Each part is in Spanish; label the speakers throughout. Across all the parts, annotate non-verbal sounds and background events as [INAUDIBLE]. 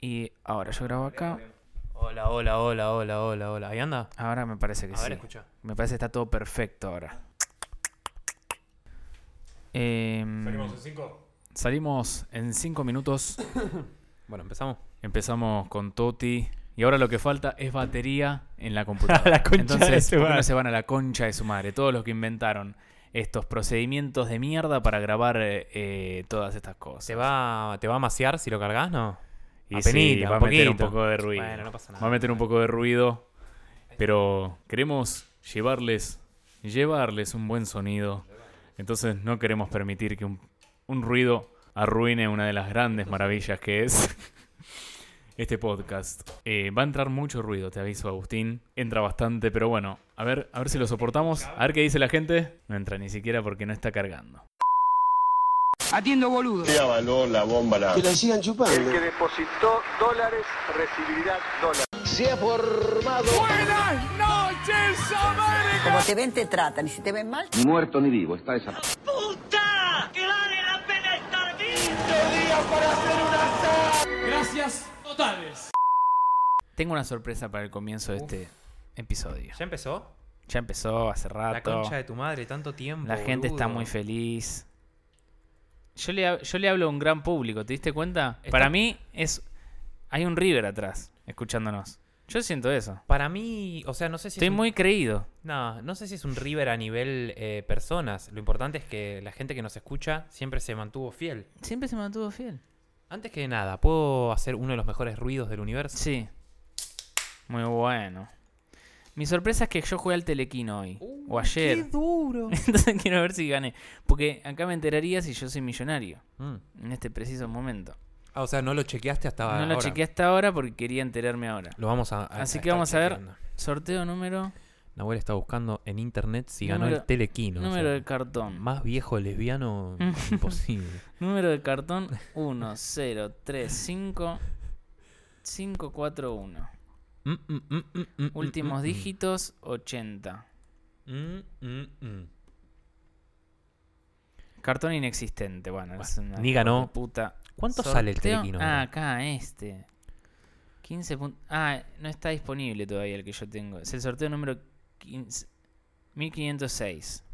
Speaker 1: Y ahora yo grabo acá.
Speaker 2: Hola, hola, hola, hola, hola, hola. ¿Ahí anda?
Speaker 1: Ahora me parece que
Speaker 2: A
Speaker 1: sí.
Speaker 2: ver, escucha.
Speaker 1: Me parece que está todo perfecto ahora. Em,
Speaker 3: Salimos en 5.
Speaker 1: salimos en 5 minutos.
Speaker 2: Bueno, empezamos.
Speaker 1: Empezamos con Toti. Y ahora lo que falta es batería en la
Speaker 2: [LAUGHS]
Speaker 1: computadora.
Speaker 2: La concha de
Speaker 1: Entonces,
Speaker 2: su
Speaker 1: ¿por qué no
Speaker 2: madre.
Speaker 1: se van a la concha de su madre? Todos los que inventaron estos procedimientos de mierda para grabar eh, eh, todas estas cosas.
Speaker 2: ¿Te va, ¿Te va a maciar si lo cargas, no?
Speaker 1: Y
Speaker 2: Apenita,
Speaker 1: sí, va a
Speaker 2: un
Speaker 1: meter un
Speaker 2: poquito.
Speaker 1: poco de ruido.
Speaker 2: Bueno, no pasa nada.
Speaker 1: Va a meter un poco de ruido. Pero queremos llevarles, llevarles un buen sonido. Entonces no queremos permitir que un, un ruido arruine una de las grandes maravillas que es [LAUGHS] este podcast. Eh, va a entrar mucho ruido, te aviso Agustín. Entra bastante, pero bueno, a ver, a ver si lo soportamos. A ver qué dice la gente. No entra ni siquiera porque no está cargando.
Speaker 4: Atiendo boludo.
Speaker 5: Sea valor la bomba la.
Speaker 6: Que la sigan
Speaker 7: El que
Speaker 6: chupando.
Speaker 7: depositó dólares recibirá dólares.
Speaker 6: Se ha formado.
Speaker 8: Como te ven, te tratan. Y si te ven mal,
Speaker 9: Ni muerto ni vivo, está esa.
Speaker 10: ¡Puta! ¡Que vale la pena estar vivo!
Speaker 3: Gracias totales.
Speaker 1: Tengo una sorpresa para el comienzo de este episodio.
Speaker 2: ¿Ya empezó?
Speaker 1: Ya empezó hace rato.
Speaker 2: La concha de tu madre, tanto tiempo.
Speaker 1: La gente está
Speaker 2: boludo.
Speaker 1: muy feliz. Yo le, hab- yo le hablo a un gran público, ¿te diste cuenta?
Speaker 2: Está-
Speaker 1: Para mí es... Hay un River atrás, escuchándonos. Yo siento eso.
Speaker 2: Para mí, o sea, no sé si.
Speaker 1: Estoy
Speaker 2: es un-
Speaker 1: muy creído.
Speaker 2: No, no sé si es un River a nivel eh, personas. Lo importante es que la gente que nos escucha siempre se mantuvo fiel.
Speaker 1: Siempre se mantuvo fiel.
Speaker 2: Antes que nada, ¿puedo hacer uno de los mejores ruidos del universo?
Speaker 1: Sí. Muy bueno. Mi sorpresa es que yo jugué al telequino hoy. o ayer.
Speaker 2: ¡Qué duro!
Speaker 1: [LAUGHS] Entonces quiero ver si gané. Porque acá me enteraría si yo soy millonario.
Speaker 2: Mm.
Speaker 1: En este preciso momento.
Speaker 2: Ah, o sea, no lo chequeaste hasta
Speaker 1: no lo
Speaker 2: Ah, ahora.
Speaker 1: chequeé hasta ahora porque quería enterarme ahora.
Speaker 2: Lo vamos a. a-
Speaker 1: Así
Speaker 2: a
Speaker 1: que
Speaker 2: estar
Speaker 1: vamos a ver.
Speaker 2: chequeando.
Speaker 1: Sorteo número...
Speaker 2: Nahuel está buscando en internet si ganó
Speaker 1: Número-
Speaker 2: el telequino. o
Speaker 1: número
Speaker 2: sea,
Speaker 1: de cartón.
Speaker 2: Más viejo
Speaker 1: [LAUGHS]
Speaker 2: lesbiano imposible.
Speaker 1: Número de cartón 1035 541.
Speaker 2: Mm, mm, mm, mm, mm,
Speaker 1: Últimos
Speaker 2: mm, mm,
Speaker 1: dígitos 80.
Speaker 2: mm, mm, mm.
Speaker 1: Cartón inexistente, bueno. es
Speaker 2: Bueno,
Speaker 1: una
Speaker 2: ni
Speaker 1: hijo de
Speaker 2: ganó.
Speaker 1: Puta.
Speaker 2: ¿Cuánto sale el
Speaker 1: Sorteo-
Speaker 2: telequino?
Speaker 1: Ah,
Speaker 2: ahora?
Speaker 1: acá, este. 15 pun- Ah, no está disponible todavía el que yo tengo. Es el sorteo número 15 1506.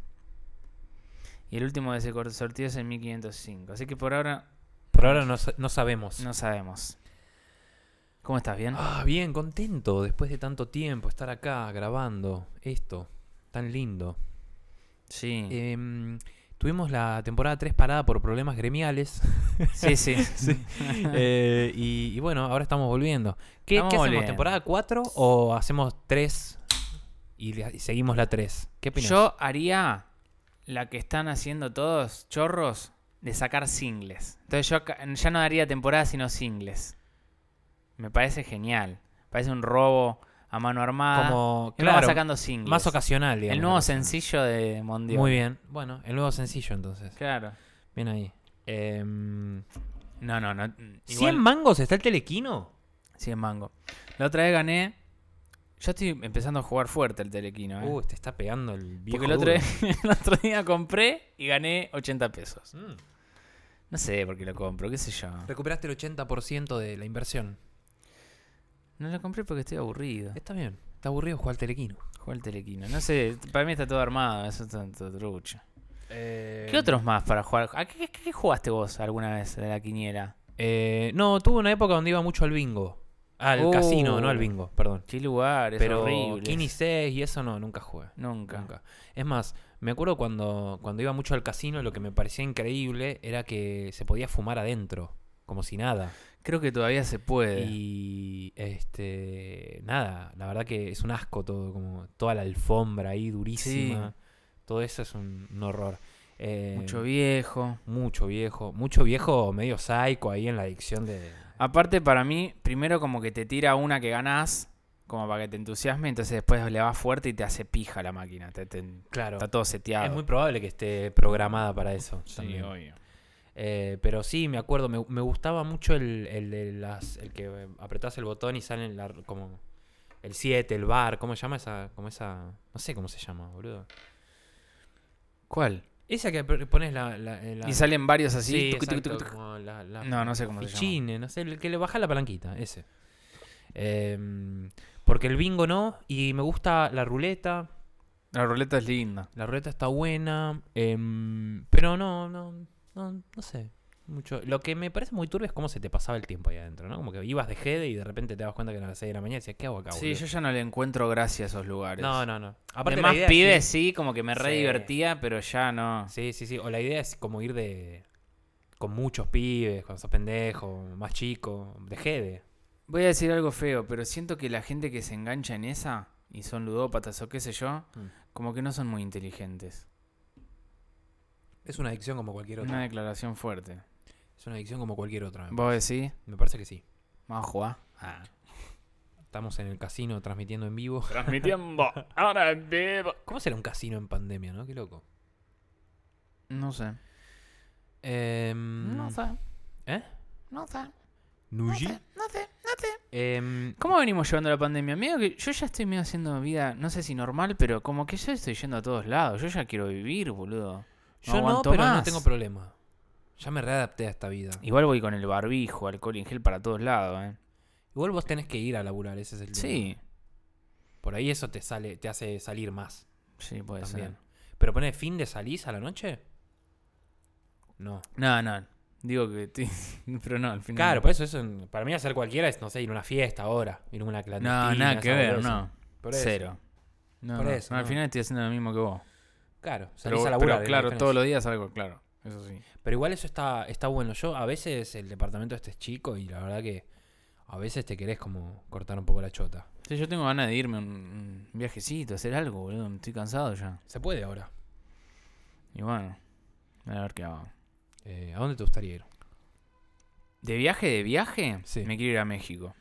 Speaker 1: Y el último de ese cor- sorteo es el 1505. Así que por ahora
Speaker 2: Por ahora no, sa- no sabemos.
Speaker 1: no sabemos. ¿Cómo estás? ¿Bien?
Speaker 2: Ah, bien, contento después de tanto tiempo estar acá grabando esto tan lindo.
Speaker 1: Sí.
Speaker 2: Em, tuvimos la temporada 3 parada por problemas
Speaker 1: [LAUGHS]
Speaker 2: gremiales. [LAUGHS]
Speaker 1: Sí, [LAUGHS] sí.
Speaker 2: Eh, y, y bueno, ahora estamos volviendo. ¿Qué,
Speaker 1: Estamos
Speaker 2: qué hacemos?
Speaker 1: volviendo.
Speaker 2: ¿Temporada 4 o hacemos 3 y, le- y seguimos la 3? ¿Qué opinas?
Speaker 1: Yo haría la que están haciendo todos, chorros, de sacar singles. Entonces yo acá- ya no daría temporada sino singles. Me parece genial. Parece un robo a mano armada.
Speaker 2: Como,
Speaker 1: Y uno ah, va
Speaker 2: claro,
Speaker 1: sacando singles.
Speaker 2: más ocasional, digamos.
Speaker 1: El nuevo sencillo de Mondial.
Speaker 2: Muy bien. Bueno, el nuevo sencillo entonces.
Speaker 1: Claro.
Speaker 2: Bien ahí. Em,
Speaker 1: No, no, no. Mm, igual-
Speaker 2: ¿100 mangos está el telequino?
Speaker 1: 100 mango. La otra vez gané. Yo estoy empezando a jugar fuerte el telequino. ¿eh?
Speaker 2: Uh, te está pegando el viejo
Speaker 1: Porque el otro,
Speaker 2: duro.
Speaker 1: [LAUGHS] el otro día compré y gané 80 pesos.
Speaker 2: Mm.
Speaker 1: No sé por qué lo compro, qué sé yo.
Speaker 2: Recuperaste el 80% de la inversión.
Speaker 1: No lo compré porque estoy aburrido.
Speaker 2: Está bien. Está aburrido jugar al telequino.
Speaker 1: Juega el telequino. No sé, para mí está todo armado, eso es tanto trucho. ¿Qué otros más para jugar? ¿A qué, qué- qué jugaste vos alguna vez de la quiniela?
Speaker 2: Eh, no, tuve una época donde iba mucho al bingo. Al
Speaker 1: Oh.
Speaker 2: casino, no al bingo, perdón.
Speaker 1: ¿Qué lugares
Speaker 2: Pero
Speaker 1: horribles?
Speaker 2: 15 y 6 y eso no, nunca jugué.
Speaker 1: Nunca.
Speaker 2: Nunca. Es más, me acuerdo cuando, cuando iba mucho al casino, lo que me parecía increíble era que se podía fumar adentro, como si nada.
Speaker 1: Creo que todavía se puede.
Speaker 2: Y este nada, la verdad que es un asco todo, como toda la alfombra ahí durísima. Todo eso es un, un horror. Eh,
Speaker 1: Mucho viejo.
Speaker 2: Mucho viejo. Mucho viejo medio psycho ahí en la adicción de.
Speaker 1: Aparte, para mí, primero como que te tira una que ganás, como para que te entusiasme, entonces después le vas fuerte y te hace pija la máquina. te- te-
Speaker 2: Claro.
Speaker 1: Está todo seteado.
Speaker 2: Es muy probable que esté programada para eso.
Speaker 1: Sí,
Speaker 2: también.
Speaker 1: obvio.
Speaker 2: Eh, pero sí, me acuerdo, me, me gustaba mucho el, el de las, el que eh, apretás el botón y salen la- como el 7, el bar, ¿cómo se llama esa? Como esa. No sé cómo se llama, boludo.
Speaker 1: ¿Cuál?
Speaker 2: Esa que p- pones la. la- en la-
Speaker 1: Y salen varios así.
Speaker 2: Sí,
Speaker 1: tucu, tucu,
Speaker 2: exacto,
Speaker 1: tucu, tucu.
Speaker 2: como la- la-
Speaker 1: No, no sé cómo se llama.
Speaker 2: Fichine, no sé, el que le baja la palanquita, ese. Em, porque el bingo no, y me gusta la ruleta.
Speaker 1: La ruleta es linda.
Speaker 2: La ruleta está buena, em, pero no, no, no, no sé. Mucho. Lo que me parece muy turbio es cómo se te pasaba el tiempo ahí adentro, ¿no? Como que ibas de jede y de repente te das cuenta que eran las 6 de la mañana y decías, ¿qué hago acá,
Speaker 1: Sí,
Speaker 2: boludo?".
Speaker 1: yo ya no le encuentro gracia a esos lugares.
Speaker 2: No, no, no. la
Speaker 1: Además,
Speaker 2: idea es
Speaker 1: pibes sí, como que me re
Speaker 2: Sí.
Speaker 1: divertía, pero ya no.
Speaker 2: ir- Sí, sí, sí. O la idea es como ir de... Con muchos pibes, cuando sos pendejo, más chico, de jede.
Speaker 1: Voy a decir algo feo, pero siento que la gente que se engancha en esa y son ludópatas o qué sé yo,
Speaker 2: Mm.
Speaker 1: como que no son muy inteligentes.
Speaker 2: Es una adicción como cualquier otra.
Speaker 1: Una declaración fuerte.
Speaker 2: Es una adicción como cualquier otra.
Speaker 1: ¿Vos decís?
Speaker 2: Me parece que sí.
Speaker 1: Vamos a jugar.
Speaker 2: Estamos en el casino transmitiendo en vivo. [LAUGHS]
Speaker 11: Transmitiendo ahora en vivo.
Speaker 2: ¿Cómo será un casino en pandemia, no? Qué loco.
Speaker 1: No sé.
Speaker 2: Em, ¿Eh?
Speaker 1: No sé.
Speaker 2: ¿Nuji?
Speaker 1: No sé.
Speaker 2: Em,
Speaker 1: ¿Cómo venimos llevando la pandemia? Medio que yo ya estoy medio haciendo vida, no sé si normal, pero como que yo estoy yendo a todos lados. Yo ya quiero vivir, boludo.
Speaker 2: yo no,
Speaker 1: aguanto
Speaker 2: pero no
Speaker 1: más.
Speaker 2: tengo problema. Ya me readapté a esta vida.
Speaker 1: Igual voy con el barbijo, alcohol y gel para todos lados, ¿eh?
Speaker 2: Igual vos tenés que ir a laburar, ese es el tema.
Speaker 1: Sí.
Speaker 2: Por ahí eso te sale, te hace salir más
Speaker 1: Sí, puede
Speaker 2: también.
Speaker 1: ser.
Speaker 2: Pero poner fin de salís a la noche. No.
Speaker 1: No, no. Digo que... estoy- [LAUGHS] pero no, al final...
Speaker 2: Claro, por eso, eso para mí hacer cualquiera es, no sé, ir a una fiesta ahora, ir a una clandestina.
Speaker 1: No, nada que
Speaker 2: esa
Speaker 1: ver,
Speaker 2: boludez.
Speaker 1: no.
Speaker 2: Por eso.
Speaker 1: Cero. No,
Speaker 2: Por
Speaker 1: no,
Speaker 2: eso,
Speaker 1: no, al
Speaker 2: no.
Speaker 1: final estoy haciendo lo mismo que vos.
Speaker 2: Claro,
Speaker 1: Pero,
Speaker 2: salís a
Speaker 1: pero
Speaker 2: laburar. es la
Speaker 1: claro,
Speaker 2: diferencia.
Speaker 1: todos los días algo, claro. Eso sí.
Speaker 2: Pero igual eso está, está bueno. Yo a veces el departamento este es chico y la verdad que a veces te querés como cortar un poco la chota.
Speaker 1: Sí, yo tengo ganas de irme a un, un viajecito, hacer algo, boludo. Estoy cansado ya.
Speaker 2: Se puede ahora.
Speaker 1: Y bueno, a ver qué hago.
Speaker 2: Eh, ¿A dónde te gustaría ir?
Speaker 1: ¿De viaje, de viaje?
Speaker 2: Sí.
Speaker 1: Me quiero ir a México.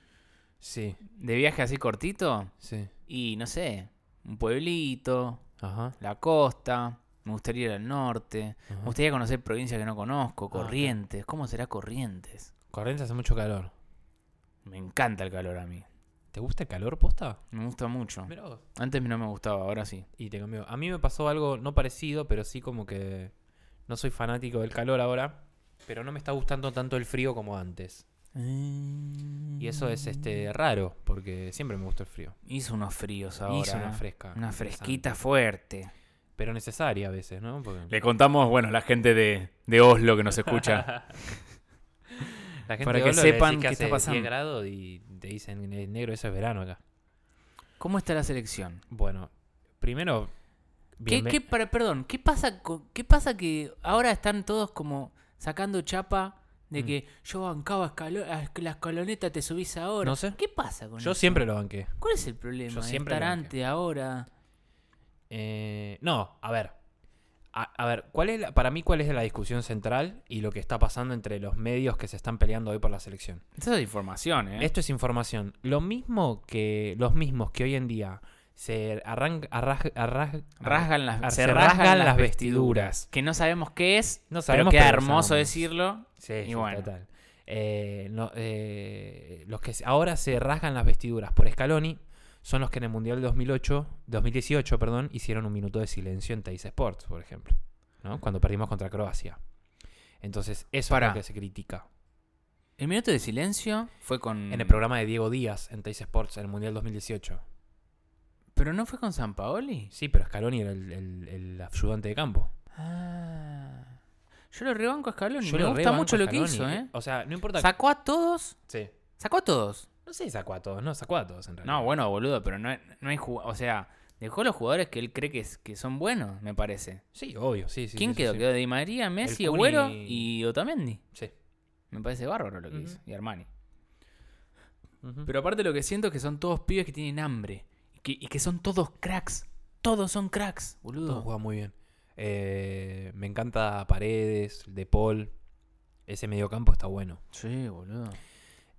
Speaker 2: Sí,
Speaker 1: ¿De viaje así cortito?
Speaker 2: sí.
Speaker 1: Y no sé, un pueblito,
Speaker 2: Ajá.
Speaker 1: la costa. Me gustaría ir al norte.
Speaker 2: Ajá.
Speaker 1: Me gustaría conocer provincias que no
Speaker 11: Ah,
Speaker 1: conozco.
Speaker 2: claro.
Speaker 1: Corrientes. ¿Cómo será Corrientes?
Speaker 2: Corrientes hace mucho calor.
Speaker 1: Me encanta el calor a mí.
Speaker 2: ¿Te gusta el calor, posta?
Speaker 1: Me gusta mucho.
Speaker 2: Mirá vos.
Speaker 1: Antes no me gustaba, ahora sí.
Speaker 2: Y te cambió. A mí me pasó algo no parecido, pero sí como que no soy fanático del calor ahora. Pero no me está gustando tanto el frío como antes. Y eso es este raro, porque siempre me gustó el frío.
Speaker 1: Hizo unos fríos ahora.
Speaker 2: Hizo una
Speaker 1: ¿eh?
Speaker 2: fresca.
Speaker 1: Una
Speaker 2: interesante.
Speaker 1: fresquita fuerte.
Speaker 2: Pero necesaria a veces, ¿no? Porque
Speaker 11: Le contamos, bueno, la gente de, de Oslo que nos escucha.
Speaker 2: la gente
Speaker 1: para
Speaker 2: de
Speaker 1: que
Speaker 2: Oslo le
Speaker 1: sepan
Speaker 2: decís
Speaker 1: qué está
Speaker 2: hace
Speaker 1: pasando.
Speaker 2: 10 grados y te dicen, "Ne- negro, eso es verano acá.
Speaker 1: [LAUGHS] ¿Cómo está la selección?
Speaker 2: Bueno, primero...
Speaker 1: ¿Qué,
Speaker 2: bienve-
Speaker 1: qué- para- perdón, ¿qué pasa, co- ¿qué pasa que ahora están todos como sacando chapa
Speaker 2: Mm.
Speaker 1: de que yo bancaba escalo- a esca- las colonetas, te subís ahora?
Speaker 2: No sé.
Speaker 1: ¿Qué pasa con
Speaker 2: Yo
Speaker 1: eso?
Speaker 2: siempre lo banqué.
Speaker 1: ¿Cuál es el problema?
Speaker 2: Yo
Speaker 1: de
Speaker 2: siempre
Speaker 1: estar
Speaker 2: lo banqué.
Speaker 1: antes, ahora.
Speaker 2: Eh, no, a ver. A, a ver, ¿cuál es la- para mí cuál es la discusión central y lo que está pasando entre los medios que se están peleando hoy por la selección?
Speaker 1: Esa es información, ¿eh?
Speaker 2: Esto es información. Lo mismo que los mismos que hoy en día se arran- arras- arras-
Speaker 1: rasgan las,
Speaker 2: ar-
Speaker 1: se
Speaker 2: se
Speaker 1: rasgan,
Speaker 2: rasgan
Speaker 1: las vestiduras.
Speaker 2: las vestiduras.
Speaker 1: Que no sabemos qué es,
Speaker 2: No
Speaker 1: pero
Speaker 2: sabemos,
Speaker 1: queda
Speaker 2: pero
Speaker 1: hermoso
Speaker 2: sabemos.
Speaker 1: decirlo.
Speaker 2: Sí,
Speaker 1: y
Speaker 2: sí,
Speaker 1: bueno.
Speaker 2: total. Eh, no, eh, los que se- ahora se rasgan las vestiduras por Scaloni son los que en el Mundial 2008, 2018 perdón, hicieron un minuto de silencio en Teis Sports, por ejemplo. ¿no? Cuando perdimos contra Croacia. Entonces, eso
Speaker 1: Pará.
Speaker 2: es lo que se critica.
Speaker 1: El minuto de silencio fue con.
Speaker 2: En el programa de Diego Díaz en Teis Sports en el Mundial 2018.
Speaker 1: ¿Pero no fue con San Paoli?
Speaker 2: Sí, pero Scaloni era el, el- el ayudante de campo.
Speaker 1: Ah. Yo lo rebanco a Scaloni.
Speaker 2: Yo
Speaker 1: Me
Speaker 2: lo
Speaker 1: gusta
Speaker 2: rebanco
Speaker 1: mucho
Speaker 2: a
Speaker 1: lo que
Speaker 2: Scaloni, Oh,
Speaker 1: hizo, ¿eh?
Speaker 2: O sea, no importa.
Speaker 1: Sacó a todos.
Speaker 2: Sí.
Speaker 1: Sacó a todos.
Speaker 2: No sé si sacó a todos, no, sacó a todos en realidad.
Speaker 1: No, bueno, boludo, pero no, no hay jug- O sea, dejó los jugadores que él cree que, es- que son buenos, me parece.
Speaker 2: Sí, obvio, sí, sí.
Speaker 1: ¿Quién
Speaker 2: sí, sí,
Speaker 1: quedó?
Speaker 2: sí.
Speaker 1: Quedó Di María, Messi,
Speaker 2: Cuni-
Speaker 1: Agüero y Otamendi.
Speaker 2: Sí.
Speaker 1: Me parece bárbaro lo que hizo. Y Armani.
Speaker 2: Ujú.
Speaker 1: Pero aparte lo que siento es que son todos pibes que tienen hambre. Y que, y que son todos cracks. Todos son cracks,
Speaker 2: Todos
Speaker 1: boludo.
Speaker 2: juegan muy bien. Eh, me encanta Paredes, De Paul. Ese mediocampo está bueno.
Speaker 1: Sí, boludo.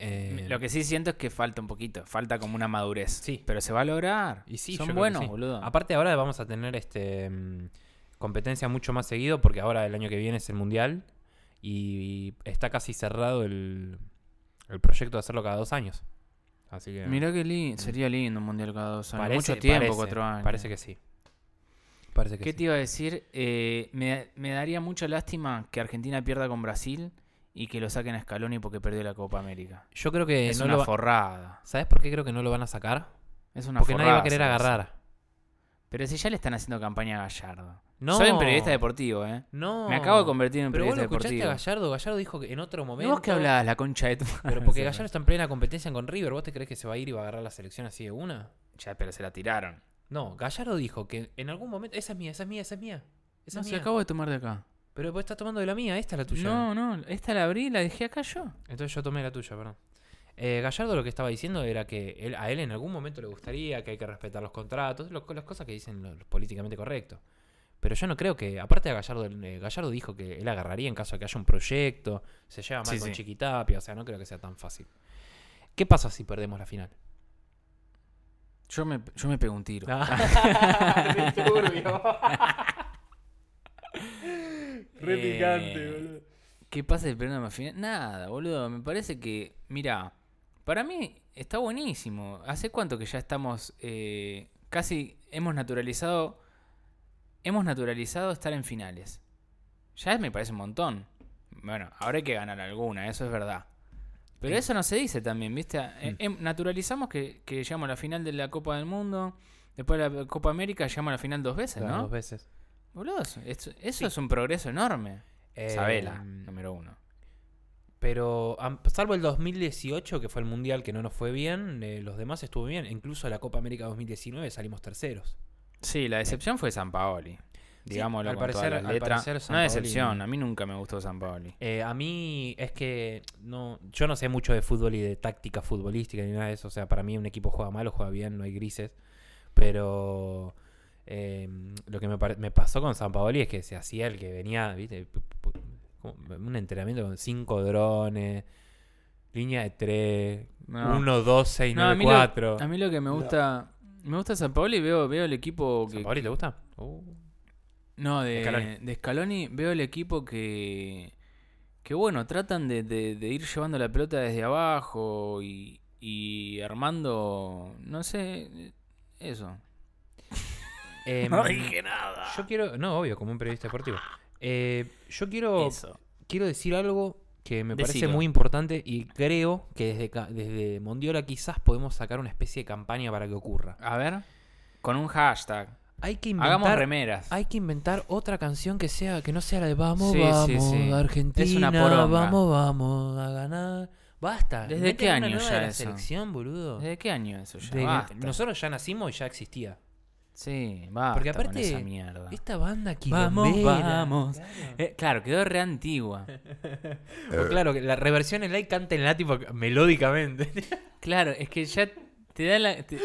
Speaker 2: Eh,
Speaker 1: Lo que sí siento es que falta un poquito, falta como una madurez.
Speaker 2: Sí.
Speaker 1: Pero se va a lograr.
Speaker 2: y sí, yo
Speaker 1: Son
Speaker 2: creo que
Speaker 1: buenos,
Speaker 2: sí.
Speaker 1: boludo.
Speaker 2: Aparte ahora vamos a tener este mm, competencia mucho más seguido porque ahora el año que viene es el Mundial y, está casi cerrado el, el proyecto de hacerlo cada dos años. Así que
Speaker 1: eh, Mirá que lindo, sería lindo un mundial cada dos años.
Speaker 2: parece-
Speaker 1: Mucho tiempo,
Speaker 2: parece-
Speaker 1: cuatro años.
Speaker 2: Parece que sí. Parece que
Speaker 1: ¿Qué
Speaker 2: sí.
Speaker 1: te iba a decir? Eh, me, me daría mucha lástima que Argentina pierda con Brasil y que lo saquen a Scaloni porque perdió la Copa América.
Speaker 2: Yo creo que
Speaker 1: es
Speaker 2: Eh, no
Speaker 1: una
Speaker 2: lo va-
Speaker 1: forrada.
Speaker 2: ¿Sabes por qué creo que no lo van a sacar?
Speaker 1: Es una
Speaker 2: Porque nadie va a
Speaker 1: forrada,
Speaker 2: querer
Speaker 1: se me hace.
Speaker 2: agarrar.
Speaker 1: Pero si ya le están haciendo campaña a Gallardo.
Speaker 2: No.
Speaker 1: Soy un periodista deportivo, ¿eh?
Speaker 2: No.
Speaker 1: Me acabo de convertir en
Speaker 2: Pero vos
Speaker 1: periodista
Speaker 2: lo escuchaste
Speaker 1: deportivo.
Speaker 2: a Gallardo. Gallardo dijo que en otro
Speaker 1: ¿Y
Speaker 2: momento.
Speaker 1: vos qué hablabas, la concha de tu
Speaker 2: Pero
Speaker 1: [LAUGHS] madre?
Speaker 2: porque Gallardo está en plena competencia con River. ¿Vos te crees que se va a ir y va a agarrar la selección así de una?
Speaker 1: Ya, pero se la tiraron.
Speaker 2: No, Gallardo dijo que en algún momento. Esa es mía, esa es mía, esa es mía. Esa
Speaker 1: No,
Speaker 2: es
Speaker 1: se
Speaker 2: mía.
Speaker 1: acabo de tomar de acá.
Speaker 2: Pero vos estás tomando de la mía, esta es la tuya.
Speaker 1: No, no, esta la abrí y la dejé acá yo.
Speaker 2: Entonces yo tomé la tuya, perdón. Eh, Gallardo lo que estaba diciendo era que él- a él en algún momento le gustaría que hay que respetar los contratos, lo- las cosas que dicen los, políticamente correctos. Pero yo no creo que, aparte de Gallardo, eh, Gallardo dijo que él agarraría en caso de que haya un proyecto, se lleva mal
Speaker 1: Sí,
Speaker 2: con
Speaker 1: sí.
Speaker 2: Chiquitapia, o sea, no creo que sea tan fácil. ¿Qué pasa si perdemos la final?
Speaker 1: Yo me, yo me pego un tiro. Re picante, boludo. Eh, ¿Qué pasa si perdemos la final? Nada, boludo. Me parece que, mira, para mí está buenísimo. ¿Hace cuánto que ya estamos eh, casi hemos naturalizado hemos naturalizado estar en finales? Ya me parece un montón. Bueno, ahora hay que ganar alguna, eso es verdad. Pero eso no se dice también, ¿viste? Eh, em- naturalizamos que, que llegamos a la final de la Copa del Mundo, después de la Copa América llegamos a la final dos veces,
Speaker 2: Las
Speaker 1: ¿no?
Speaker 2: Dos veces.
Speaker 1: Boludo, eso, eso- eso es un progreso enorme.
Speaker 2: Eh,
Speaker 1: Sabela, número uno.
Speaker 2: Pero am- salvo el 2018, que fue el mundial que no nos fue bien, eh, los demás estuvo bien. Incluso la Copa América 2019 salimos terceros.
Speaker 1: Sí, la decepción fue San Paoli. Digámoslo
Speaker 2: al
Speaker 1: con todas
Speaker 2: parecer-
Speaker 1: las
Speaker 2: al
Speaker 1: letras.
Speaker 2: parecer
Speaker 1: no
Speaker 2: Sampaoli-
Speaker 1: decepción, a mí nunca me gustó San Paoli.
Speaker 2: Eh, a mí es que no, yo no sé mucho de fútbol y de táctica futbolística ni nada de eso. O sea, para mí un equipo juega mal o juega bien, no hay grises. Pero eh, lo que me, pare- me pasó con San Paoli es que se hacía el que venía, ¿viste? Pu- pu- como un entrenamiento con cinco drones, línea de tres,
Speaker 1: No.
Speaker 2: uno, dos, seis,
Speaker 1: No, a,
Speaker 2: nueve,
Speaker 1: mí
Speaker 2: cuatro.
Speaker 1: lo, a mí lo que me gusta. Me gusta San Paoli, veo, veo el equipo que.
Speaker 2: ¿San Paoli te gusta? Uh.
Speaker 1: No, de
Speaker 2: Scaloni.
Speaker 1: Scaloni. de Scaloni veo el equipo que. Que bueno, tratan de, de- de ir llevando la pelota desde abajo y, y armando. No sé. Eso.
Speaker 2: Em,
Speaker 1: nada.
Speaker 2: Yo quiero. No, obvio, como un periodista deportivo. Eh, yo quiero.
Speaker 1: Oh.
Speaker 2: Quiero decir algo que me parece
Speaker 1: Decilo.
Speaker 2: muy importante y creo que desde, ca- desde Mondiola quizás podemos sacar una especie de campaña para que ocurra.
Speaker 1: A ver. Con un hashtag.
Speaker 2: Hay que
Speaker 1: Hagamos
Speaker 2: inventar.
Speaker 1: remeras.
Speaker 2: Hay que inventar otra canción que sea, que no sea la de vamos,
Speaker 1: Sí, sí,
Speaker 2: vamos,
Speaker 1: sí.
Speaker 2: Argentina,
Speaker 1: Es una poronga.
Speaker 2: vamos, vamos, a ganar. Basta.
Speaker 1: ¿Desde
Speaker 2: inventen
Speaker 1: qué
Speaker 2: una
Speaker 1: año
Speaker 2: nueva
Speaker 1: ya
Speaker 2: de la
Speaker 1: eso?
Speaker 2: selección, boludo?
Speaker 1: ¿Desde qué año eso ya?
Speaker 2: De-
Speaker 1: Basta.
Speaker 2: nosotros ya nacimos y ya existía.
Speaker 1: Sí, basta
Speaker 2: Porque
Speaker 1: con
Speaker 2: aparte,
Speaker 1: esa mierda.
Speaker 2: Esta banda aquí.
Speaker 1: Vamos, vamos. Eh, claro, quedó re antigua.
Speaker 2: O Pues claro, que la reversión en live canta en la tipo
Speaker 1: [LAUGHS]
Speaker 2: melódicamente.
Speaker 1: Claro, es que ya te da la... te-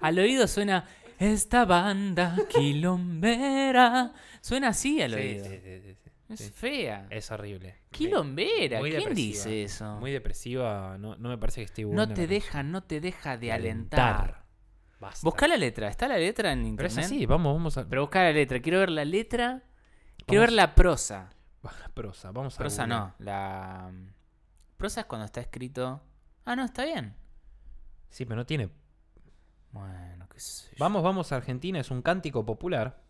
Speaker 1: al oído suena... Esta banda quilombera. Suena así al oído. Es fea.
Speaker 2: Es horrible.
Speaker 1: Quilombera.
Speaker 2: Muy
Speaker 1: ¿Quién
Speaker 2: depresiva.
Speaker 1: dice eso?
Speaker 2: Muy depresiva, no, no me parece que esté buena.
Speaker 1: no te deja, no te deja de alentar.
Speaker 2: Basta.
Speaker 1: Busca la letra. ¿Está la letra en
Speaker 2: Pero
Speaker 1: internet?
Speaker 2: es así, vamos, vamos a.
Speaker 1: Pero busca la letra. Quiero ver la letra. Quiero
Speaker 2: Vamos.
Speaker 1: ver la prosa.
Speaker 2: Baja prosa, vamos a.
Speaker 1: Prosa
Speaker 2: googlear.
Speaker 1: no. La mm, prosa es cuando está escrito. Ah, no, está bien.
Speaker 2: Sí, pero no tiene.
Speaker 1: Bueno, qué sé yo.
Speaker 2: Vamos, vamos a Argentina, es un cántico popular.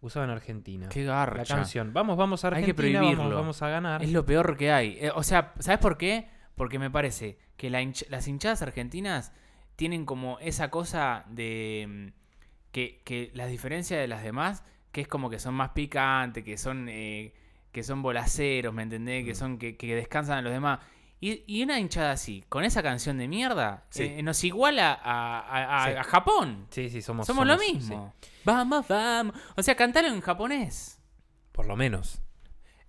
Speaker 2: Usado en Argentina.
Speaker 1: Qué
Speaker 2: la
Speaker 1: garcha.
Speaker 2: canción. Vamos, vamos a
Speaker 1: Hay
Speaker 2: Argentina,
Speaker 1: que
Speaker 2: Vamos,
Speaker 1: prohibirlo.
Speaker 2: vamos a ganar.
Speaker 1: Es lo peor que hay. Eh, o sea, ¿sabes por qué? Porque me parece que la hinch- las hinchadas argentinas tienen como esa cosa de mm, que, que las diferencias de las demás, que es como que son más picantes, que son eh, que son bolaceros, ¿me entendés?
Speaker 2: Mm.
Speaker 1: Que son que, que descansan a los demás. Y, y una hinchada así, con esa canción de mierda,
Speaker 2: Sí.
Speaker 1: eh, nos iguala a, a- a-
Speaker 2: Sí.
Speaker 1: a Japón.
Speaker 2: Sí, sí, somos.
Speaker 1: Somos, lo mismo. Vamos, vamos. O sea, cantalo en japonés.
Speaker 2: sí, por lo menos.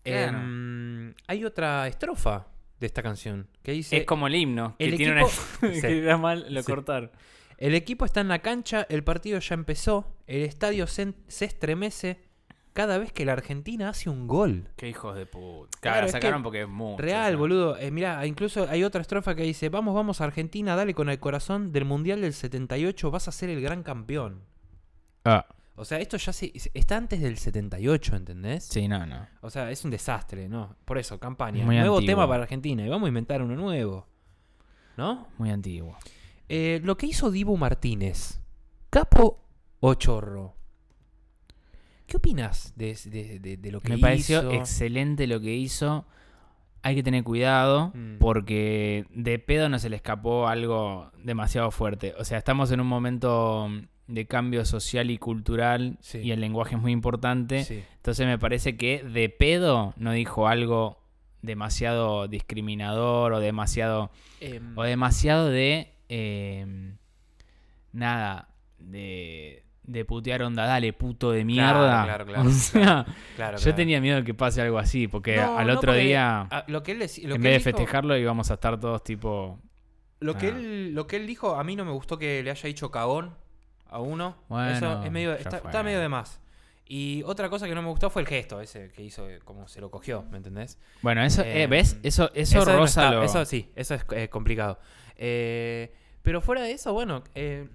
Speaker 1: Claro.
Speaker 2: Em, hay otra estrofa de esta canción que dice.
Speaker 1: es como el himno, que
Speaker 2: el
Speaker 1: tiene una...
Speaker 2: equipo-
Speaker 1: [LAUGHS] que
Speaker 2: Sí.
Speaker 1: era mal, lo
Speaker 2: Sí.
Speaker 1: cortaron.
Speaker 2: El equipo está en la cancha, el partido ya empezó, el estadio se, en- se estremece cada vez que la Argentina hace un gol.
Speaker 1: Qué hijos de puta.
Speaker 2: Claro,
Speaker 1: Claro, la
Speaker 2: es
Speaker 1: sacaron
Speaker 2: que-
Speaker 1: porque es mucho.
Speaker 2: Real,
Speaker 1: ¿no?
Speaker 2: boludo. Eh, mirá, incluso hay otra estrofa que dice, vamos, vamos Argentina, dale con el corazón del Mundial del 78, vas a ser el gran campeón. O sea, esto ya se, está antes del 78, ¿entendés?
Speaker 1: Sí, no, no.
Speaker 2: O sea, es un desastre, ¿no? Por eso, campaña.
Speaker 1: Muy
Speaker 2: nuevo
Speaker 1: antiguo.
Speaker 2: tema para Argentina y vamos a inventar uno nuevo. ¿No?
Speaker 1: Muy antiguo.
Speaker 2: Eh, lo que hizo Dibu Martínez, capo o chorro. ¿Qué opinas de, de- de- de lo que
Speaker 1: Me pareció
Speaker 2: hizo?
Speaker 1: excelente lo que hizo. Hay que tener cuidado
Speaker 2: Mm.
Speaker 1: porque de pedo no se le escapó algo demasiado fuerte. O sea, estamos en un momento mm, de cambio social y cultural
Speaker 2: Sí.
Speaker 1: y el lenguaje es muy importante.
Speaker 2: Sí.
Speaker 1: Entonces me parece que de pedo no dijo algo demasiado discriminador o demasiado o demasiado de eh, nada de, de putear onda, dale puto de mierda.
Speaker 2: claro, claro,
Speaker 1: [LAUGHS] O sea,
Speaker 2: Claro,
Speaker 1: yo
Speaker 2: claro.
Speaker 1: tenía miedo que pase algo así, porque
Speaker 2: No,
Speaker 1: al
Speaker 2: no,
Speaker 1: otro
Speaker 2: porque,
Speaker 1: día,
Speaker 2: ah, lo que él deci- lo
Speaker 1: en
Speaker 2: que
Speaker 1: vez de
Speaker 2: él dijo-
Speaker 1: festejarlo, íbamos a estar todos tipo,
Speaker 2: Lo que,
Speaker 1: Ah.
Speaker 2: él, lo que él dijo, a mí no me gustó que le haya dicho cagón a uno.
Speaker 1: Bueno,
Speaker 2: Eso es medio,
Speaker 1: ya
Speaker 2: está,
Speaker 1: fue.
Speaker 2: está medio de más. Y otra cosa que no me gustó fue el gesto ese que hizo, eh, como se lo cogió, ¿me entendés?
Speaker 1: bueno, eso, eh,
Speaker 2: Em,
Speaker 1: ¿ves? Eso, eso,
Speaker 2: no
Speaker 1: rosa
Speaker 2: está-
Speaker 1: lo-
Speaker 2: Eso sí, eso es eh, complicado. Eh, pero fuera de eso, bueno, eh,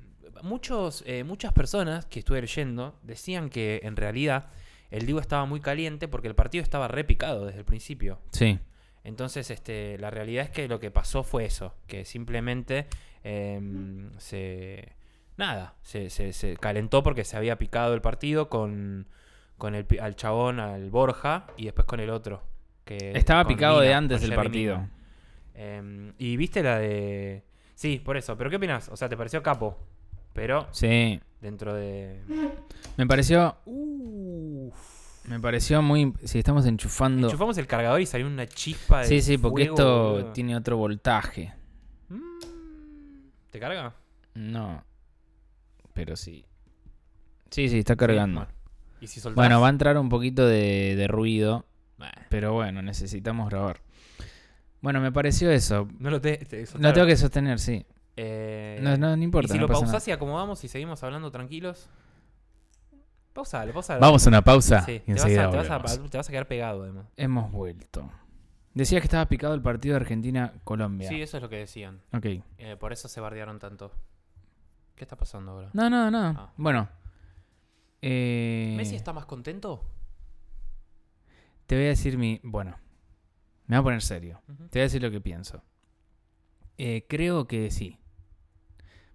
Speaker 2: muchos, eh, muchas personas que estuve leyendo decían que en realidad el Divo estaba muy caliente porque el partido estaba repicado desde el principio.
Speaker 1: Sí.
Speaker 2: Entonces, este, la realidad es que lo que pasó fue eso, que simplemente em, se... Nada, se, se- se calentó porque se había picado el partido con, con el, pi- al chabón, al Borja, y después con el otro. Que
Speaker 1: Estaba
Speaker 2: con
Speaker 1: picado de
Speaker 2: Mina,
Speaker 1: antes
Speaker 2: con
Speaker 1: del
Speaker 2: Jerry
Speaker 1: partido.
Speaker 2: Mina. Em, y viste la de... Sí, por eso, pero ¿qué opinas? O sea, te pareció capo, pero
Speaker 1: Sí.
Speaker 2: dentro de...
Speaker 1: Me pareció. Me pareció muy. Si estamos enchufando.
Speaker 2: Enchufamos el cargador y salió una chispa de...
Speaker 1: sí, sí, porque
Speaker 2: fuego,
Speaker 1: esto
Speaker 2: boludo.
Speaker 1: tiene otro voltaje.
Speaker 2: ¿Te carga?
Speaker 1: No. Pero sí. Sí, sí, está cargando.
Speaker 2: bueno. ¿Y si soltás?
Speaker 1: bueno, va a entrar un poquito de, de ruido. Pero bueno, necesitamos grabar. Bueno, me pareció eso.
Speaker 2: No lo te,
Speaker 1: Lo tengo que sostener, sí.
Speaker 2: Eh,
Speaker 1: No, no, no importa.
Speaker 2: y si
Speaker 1: no
Speaker 2: lo
Speaker 1: pasa nada.
Speaker 2: pausás y acomodamos y seguimos hablando tranquilos. Pausalo, pausalo.
Speaker 11: Vamos a una pausa
Speaker 2: Sí,
Speaker 11: y
Speaker 2: te, vas a,
Speaker 11: enseguida
Speaker 2: te vas a-
Speaker 11: volvemos.
Speaker 2: te vas a quedar pegado, además.
Speaker 1: Hemos vuelto. Decías que estaba picado el partido de Argentina-Colombia.
Speaker 2: Sí, eso es lo que decían.
Speaker 1: Ok.
Speaker 2: Eh, por eso se bardearon tanto. ¿Qué está pasando ahora?
Speaker 1: No, no, no.
Speaker 2: Ah.
Speaker 1: Bueno. Eh,
Speaker 2: ¿Messi está más contento?
Speaker 1: Te voy a decir mi. Bueno, me voy a poner serio.
Speaker 2: Ujú.
Speaker 1: Te voy a decir lo que pienso. Eh, creo que sí.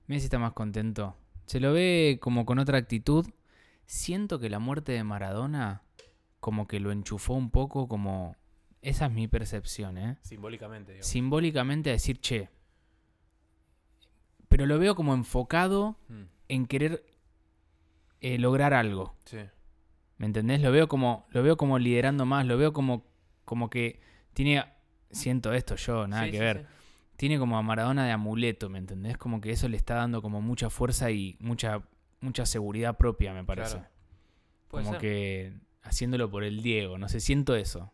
Speaker 1: Messi está más contento. Se lo ve como con otra actitud. Siento que la muerte de Maradona como que lo enchufó un poco, como... Esa es mi percepción, ¿eh?
Speaker 2: Simbólicamente, digamos.
Speaker 1: Simbólicamente a decir, che. Pero lo veo como enfocado
Speaker 2: Mm,
Speaker 1: en querer eh, lograr algo.
Speaker 2: sí.
Speaker 1: ¿Me entendés? Lo veo como, lo veo como liderando más, lo veo como, como que tiene. Siento esto yo, nada
Speaker 2: Sí,
Speaker 1: que
Speaker 2: sí,
Speaker 1: ver.
Speaker 2: sí.
Speaker 1: Tiene como a Maradona de amuleto, ¿me entendés? Como que eso le está dando como mucha fuerza y mucha, mucha seguridad propia, me parece.
Speaker 2: Claro. Puede
Speaker 1: Como
Speaker 2: ser.
Speaker 1: que haciéndolo por el Diego, no sé, siento eso.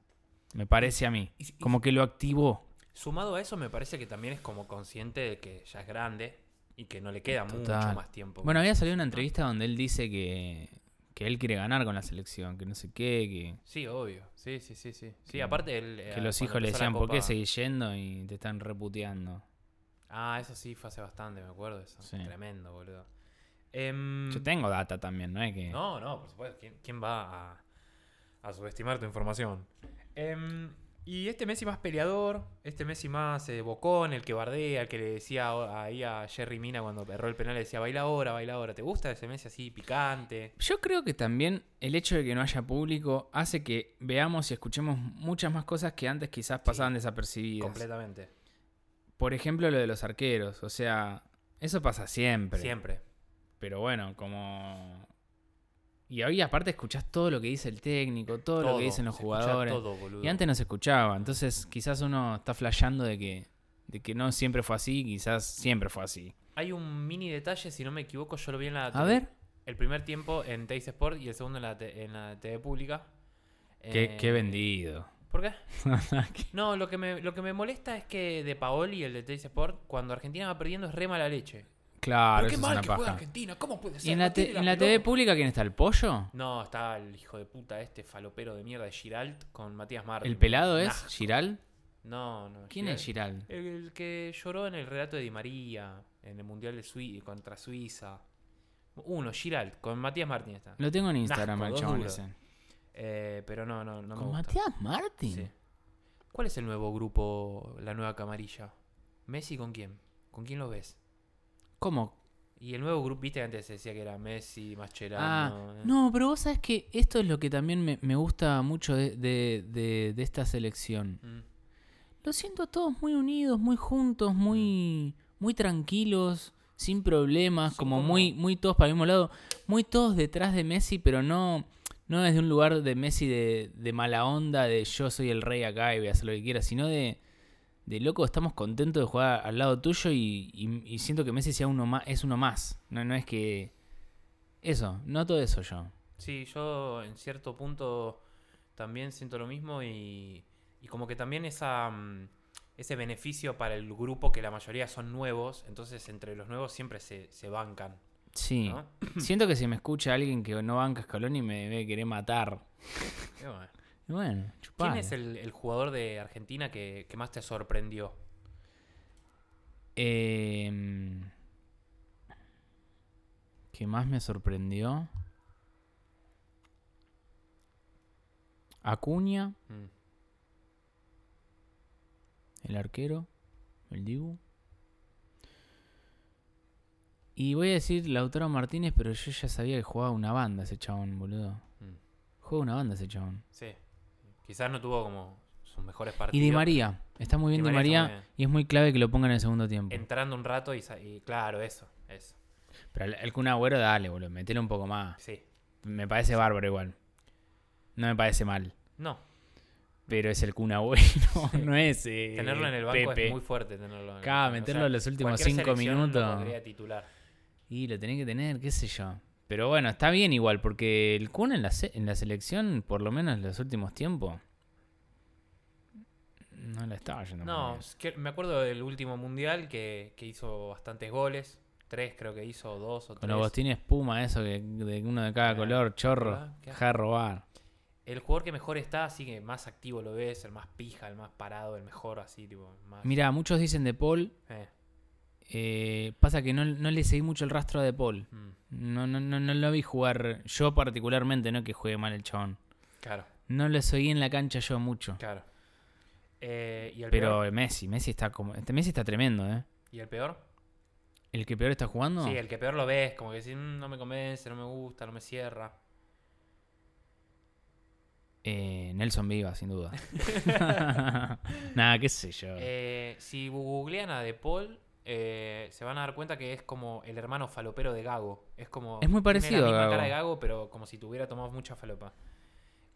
Speaker 1: Me parece a mí.
Speaker 2: Y- y-
Speaker 1: Como que lo activó.
Speaker 2: Sumado a eso, me parece que también es como consciente de que ya es grande y que no le queda
Speaker 1: Total.
Speaker 2: mucho más tiempo.
Speaker 1: Bueno, había salido una entrevista donde él dice que, que él quiere ganar con la selección, que no sé qué, que.
Speaker 2: Sí, obvio. Sí, sí, sí, sí. Sí,
Speaker 1: Que-
Speaker 2: aparte él, eh,
Speaker 1: Que los
Speaker 2: cuando
Speaker 1: hijos le
Speaker 2: empezó la
Speaker 1: decían, ¿por qué
Speaker 2: Copa-
Speaker 1: seguís yendo y te están reputeando?
Speaker 2: Ah, eso sí, fue hace bastante, me acuerdo eso.
Speaker 1: Sí.
Speaker 2: Tremendo, boludo. Em,
Speaker 1: Yo tengo data también, Mm. ¿no es que?
Speaker 2: No, no, por supuesto. ¿Quién, quién va a, a subestimar tu información? Em, y este Messi más peleador, este Messi más eh, bocón, el que bardea, el que le decía a- ahí a Jerry Mina cuando erró el penal, le decía, baila ahora, baila ahora. ¿Te gusta ese Messi así picante?
Speaker 1: Yo creo que también el hecho de que no haya público hace que veamos y escuchemos muchas más cosas que antes quizás pasaban desapercibidas.
Speaker 2: Completamente.
Speaker 1: Por ejemplo, lo de los arqueros. O sea, eso pasa siempre.
Speaker 2: Siempre.
Speaker 1: Pero bueno, como. Y hoy aparte escuchás todo lo que dice el técnico, todo, lo que dicen los
Speaker 2: se escucha
Speaker 1: jugadores.
Speaker 2: Todo, boludo.
Speaker 1: Y antes no se escuchaba. Entonces, quizás uno está flasheando de que, de que no siempre fue así, quizás siempre fue así.
Speaker 2: Hay un mini detalle, si no me equivoco, yo lo vi en la...
Speaker 1: A ver.
Speaker 2: El primer tiempo en Teis Sport y el segundo en la, te- en la TV pública.
Speaker 1: Qué,
Speaker 2: Eh,
Speaker 1: qué vendido. [LAUGHS]
Speaker 2: ¿Por qué? No, lo que, me, lo que me molesta es que de Paoli, el de Teis Sport, cuando Argentina va perdiendo es re mala leche.
Speaker 3: Pero
Speaker 1: Claro,
Speaker 3: qué
Speaker 1: eso es
Speaker 3: mal
Speaker 1: una
Speaker 3: que juega
Speaker 1: paja.
Speaker 3: Argentina, ¿cómo puede ser?
Speaker 1: ¿Y en
Speaker 3: No
Speaker 1: la, te-
Speaker 3: tiene
Speaker 1: en la
Speaker 3: pelota.
Speaker 1: TV pública quién está? ¿El pollo?
Speaker 2: No, está el hijo de puta este falopero de mierda de Giralt con Matías Martín.
Speaker 1: ¿El pelado es?
Speaker 2: Nah.
Speaker 1: ¿Giral?
Speaker 2: No, no.
Speaker 1: ¿Quién es
Speaker 2: Giral?
Speaker 1: Giral?
Speaker 2: El, el que lloró en el relato de Di María, en el Mundial de Sui- contra Suiza. Uno, Giralt, con Matías Martín está.
Speaker 1: Lo tengo en Instagram,
Speaker 2: Nazco,
Speaker 1: el
Speaker 2: dos
Speaker 1: chabón
Speaker 2: duros.
Speaker 1: ese.
Speaker 2: Eh, pero no, no, no me
Speaker 1: ¿Con
Speaker 2: gusta.
Speaker 1: Matías Martín?
Speaker 2: Sí. ¿Cuál es el nuevo grupo, la nueva camarilla? ¿Messi con quién? ¿Con quién lo ves?
Speaker 1: ¿Cómo?
Speaker 2: Y el nuevo grupo, viste, antes se decía que era Messi, Mascherano.
Speaker 1: Ah,
Speaker 2: eh.
Speaker 1: no, pero vos sabés que esto es lo que también me, me gusta mucho de, de- de- de esta selección.
Speaker 2: Mm.
Speaker 1: Lo siento todos muy unidos, muy juntos, muy, muy tranquilos, sin problemas, como, muy, muy todos para el mismo lado, muy todos detrás de Messi, pero no, no desde un lugar de Messi de, de mala onda, de yo soy el rey acá y voy a hacer lo que quiera, sino de, de loco, estamos contentos de jugar al lado tuyo y, y- y siento que Messi sea uno más, es uno más. No, no es que... Eso, noto eso yo.
Speaker 2: Sí, yo en cierto punto también siento lo mismo y, y como que también esa, mm, ese beneficio para el grupo que la mayoría son nuevos, entonces entre los nuevos siempre se, se bancan.
Speaker 1: Sí.
Speaker 2: ¿no?
Speaker 1: [CLEARS THROAT] Siento que si me escucha alguien que no banca Scaloni me debe querer matar. [LAUGHS]
Speaker 2: Y bueno.
Speaker 1: Y bueno,
Speaker 2: ¿Quién
Speaker 1: chupá.
Speaker 2: es el, el jugador de Argentina que, que más te sorprendió?
Speaker 1: Eh, ¿Qué más me sorprendió? Acuña,
Speaker 2: Mm.
Speaker 1: el arquero, el Dibu. Y voy a decir Lautaro Martínez, pero yo ya sabía que jugaba una banda ese chabón, boludo.
Speaker 2: Mm.
Speaker 1: Juega una banda ese chabón.
Speaker 2: Sí. Quizás no tuvo como sus mejores
Speaker 1: Y
Speaker 2: partidos.
Speaker 1: Di María. Está muy bien
Speaker 2: Di
Speaker 1: Di
Speaker 2: María
Speaker 1: María,
Speaker 2: está muy bien.
Speaker 1: y es muy clave que lo pongan en el segundo tiempo.
Speaker 2: Entrando un rato y, sa- y claro, eso, eso.
Speaker 1: Pero el- el Kun Agüero, dale, boludo, metele un poco más.
Speaker 2: Sí.
Speaker 1: Me parece bárbaro igual. No me parece mal.
Speaker 2: No,
Speaker 1: Pero es el Kun Agüero, [LAUGHS] no es eh,
Speaker 2: tenerlo en el banco
Speaker 1: Pepe.
Speaker 2: es muy fuerte tenerlo. En el
Speaker 1: Acá,
Speaker 2: banco.
Speaker 1: meterlo en los últimos
Speaker 2: cualquier
Speaker 1: cinco
Speaker 2: selección lo
Speaker 1: minutos.
Speaker 2: podría titular.
Speaker 1: Y lo tenés que tener, qué sé yo. Pero bueno, está bien igual, porque el Kun en la, se- en la selección, por lo menos en los últimos tiempos, no la estaba yendo muy
Speaker 2: No,
Speaker 1: bien.
Speaker 2: es que me acuerdo del último mundial que, que hizo bastantes goles. Tres creo que hizo, dos o
Speaker 1: Con
Speaker 2: tres.
Speaker 1: los botines espuma, eso, que de uno de cada
Speaker 2: Ah,
Speaker 1: color, chorro,
Speaker 2: ¿verdad? Qué
Speaker 1: deja de robar.
Speaker 2: El jugador que mejor está, así que más activo lo ves, el más pija, el más parado, el mejor, así, tipo, más.
Speaker 1: Mira, muchos dicen de Paul,
Speaker 2: Eh,
Speaker 1: Eh, pasa que no, no le seguí mucho el rastro a De Paul.
Speaker 2: mm,
Speaker 1: No, no, no, no lo vi jugar. Yo particularmente, no que juegue mal el chabón.
Speaker 2: claro,
Speaker 1: No lo seguí en la cancha yo mucho.
Speaker 2: claro. Eh, ¿y, el
Speaker 1: Pero
Speaker 2: peor?
Speaker 1: eh, Messi, Messi está como. este Messi está tremendo, ¿eh?
Speaker 2: ¿Y el peor?
Speaker 1: El que peor está jugando.
Speaker 2: Sí, el que peor lo ves, como que decís, "Mm, no me convence, no me gusta, no me cierra.
Speaker 1: Eh, Nelson Viva, sin
Speaker 2: [LAUGHS]
Speaker 1: duda. [LAUGHS] Nada, qué sé yo.
Speaker 2: Eh, si googlean a De Paul, eh, se van a dar cuenta que es como el hermano falopero de Gago. Es como.
Speaker 1: Es muy parecido
Speaker 2: Tiene
Speaker 1: a
Speaker 2: la misma
Speaker 1: Gago.
Speaker 2: cara de Gago, pero como si tuviera tomado mucha falopa.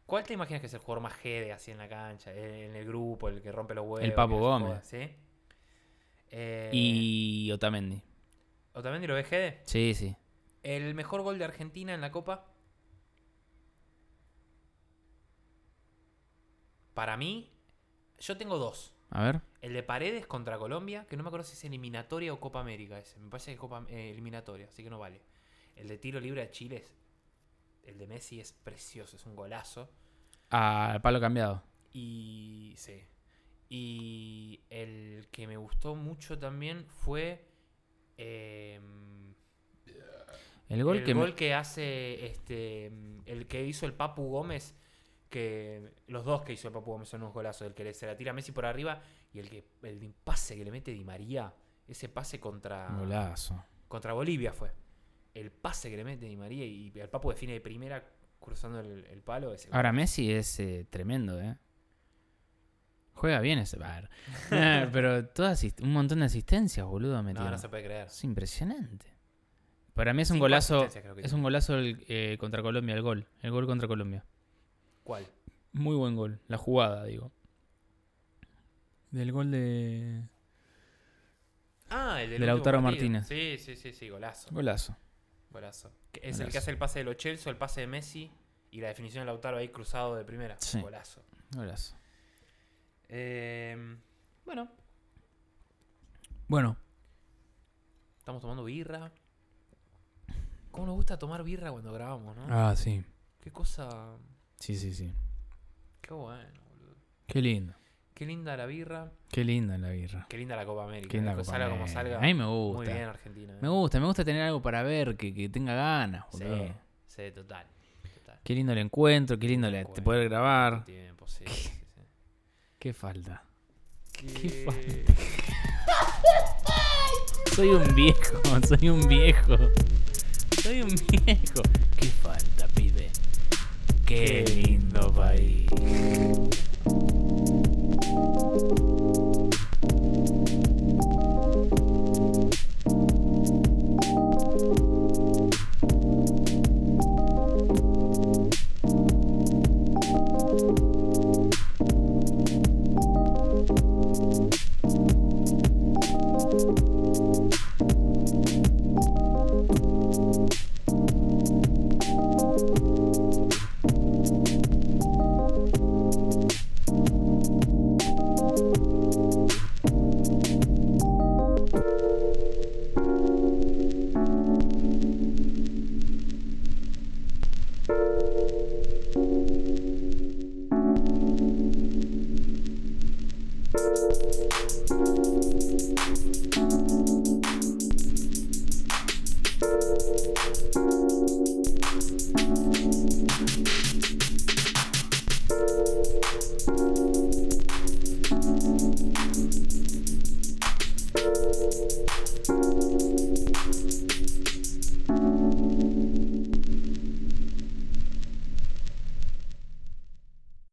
Speaker 2: ¿Cuál te imaginas que es el jugador más jede así en la cancha? En el grupo, el que rompe los huevos.
Speaker 1: El Papu
Speaker 2: que no se
Speaker 1: Gómez.
Speaker 2: joda, ¿Sí? Eh,
Speaker 1: y Otamendi.
Speaker 2: ¿Otamendi lo ves jede?
Speaker 1: Sí, sí.
Speaker 2: ¿El mejor gol de Argentina en la Copa? Para mí, yo tengo dos.
Speaker 1: A ver.
Speaker 2: El de Paredes contra Colombia, que no me acuerdo si es eliminatoria o Copa América ese. Me parece que es Copa eh, eliminatoria, así que no vale. El de tiro libre a Chile es- El de Messi es precioso, es un golazo.
Speaker 1: Ah, palo cambiado.
Speaker 2: Y. Sí. Y el que me gustó mucho también fue. em,
Speaker 1: El gol
Speaker 2: el
Speaker 1: que. me-
Speaker 2: gol que hace este mm, el que hizo el Papu Gómez que los dos que hizo el Papu Gómez son unos golazos el que le- se la tira Messi por arriba y el que el pase que le mete Di María ese pase contra
Speaker 1: Golazo.
Speaker 2: contra Bolivia fue el pase que le mete Di María y el Papu define de primera cruzando el, el palo ese
Speaker 1: Ahora Messi es eh, tremendo, ¿eh? Juega bien ese bar.
Speaker 2: [LAUGHS]
Speaker 1: Eh, [LAUGHS] pero todas asist- un montón de asistencias, boludo, ha metido.
Speaker 2: no, no se puede creer
Speaker 1: Es impresionante. Para mí es un
Speaker 2: Cinco
Speaker 1: golazo.
Speaker 2: asistencias creo que
Speaker 1: Es
Speaker 2: tiene.
Speaker 1: un golazo el, eh, contra Colombia, el gol. El gol contra Colombia.
Speaker 2: ¿cuál?
Speaker 1: Muy buen gol. La jugada, digo. Del gol de.
Speaker 2: ah el del
Speaker 1: De
Speaker 2: último
Speaker 1: Lautaro
Speaker 2: partido.
Speaker 1: Martínez.
Speaker 2: sí sí sí sí golazo
Speaker 1: Golazo.
Speaker 2: Golazo. Que es el que
Speaker 1: Golazo.
Speaker 2: hace el pase de Lo Celso, el pase de Messi y la definición de Lautaro ahí cruzado de primera.
Speaker 1: Sí.
Speaker 2: Golazo.
Speaker 1: Golazo.
Speaker 2: Eh, bueno,
Speaker 1: Bueno,
Speaker 2: estamos tomando birra. ¿Cómo nos gusta tomar birra cuando grabamos, no?
Speaker 11: Ah, sí.
Speaker 2: Qué cosa.
Speaker 1: sí, sí, sí.
Speaker 2: Qué bueno, boludo.
Speaker 1: Qué lindo.
Speaker 2: Qué linda la birra.
Speaker 1: Qué linda la birra.
Speaker 2: Qué linda la Copa América. eh,
Speaker 1: Qué linda
Speaker 2: Que
Speaker 1: Copa
Speaker 2: salga como
Speaker 1: América.
Speaker 2: salga.
Speaker 1: A mí me
Speaker 2: Muy
Speaker 1: gusta.
Speaker 2: bien, Argentina. ¿eh?
Speaker 1: Me gusta, me gusta tener algo para ver, que, que tenga ganas, boludo.
Speaker 2: Sí, sí, total. Total.
Speaker 1: Qué lindo el encuentro, qué lindo la-
Speaker 2: encuentro.
Speaker 1: poder grabar.
Speaker 2: Tiempo, sí, sí, sí.
Speaker 1: Qué falta.
Speaker 2: ¿Qué?
Speaker 1: Soy un viejo, soy un viejo. Soy un viejo. ¿Qué falta, pibe? Qué lindo país.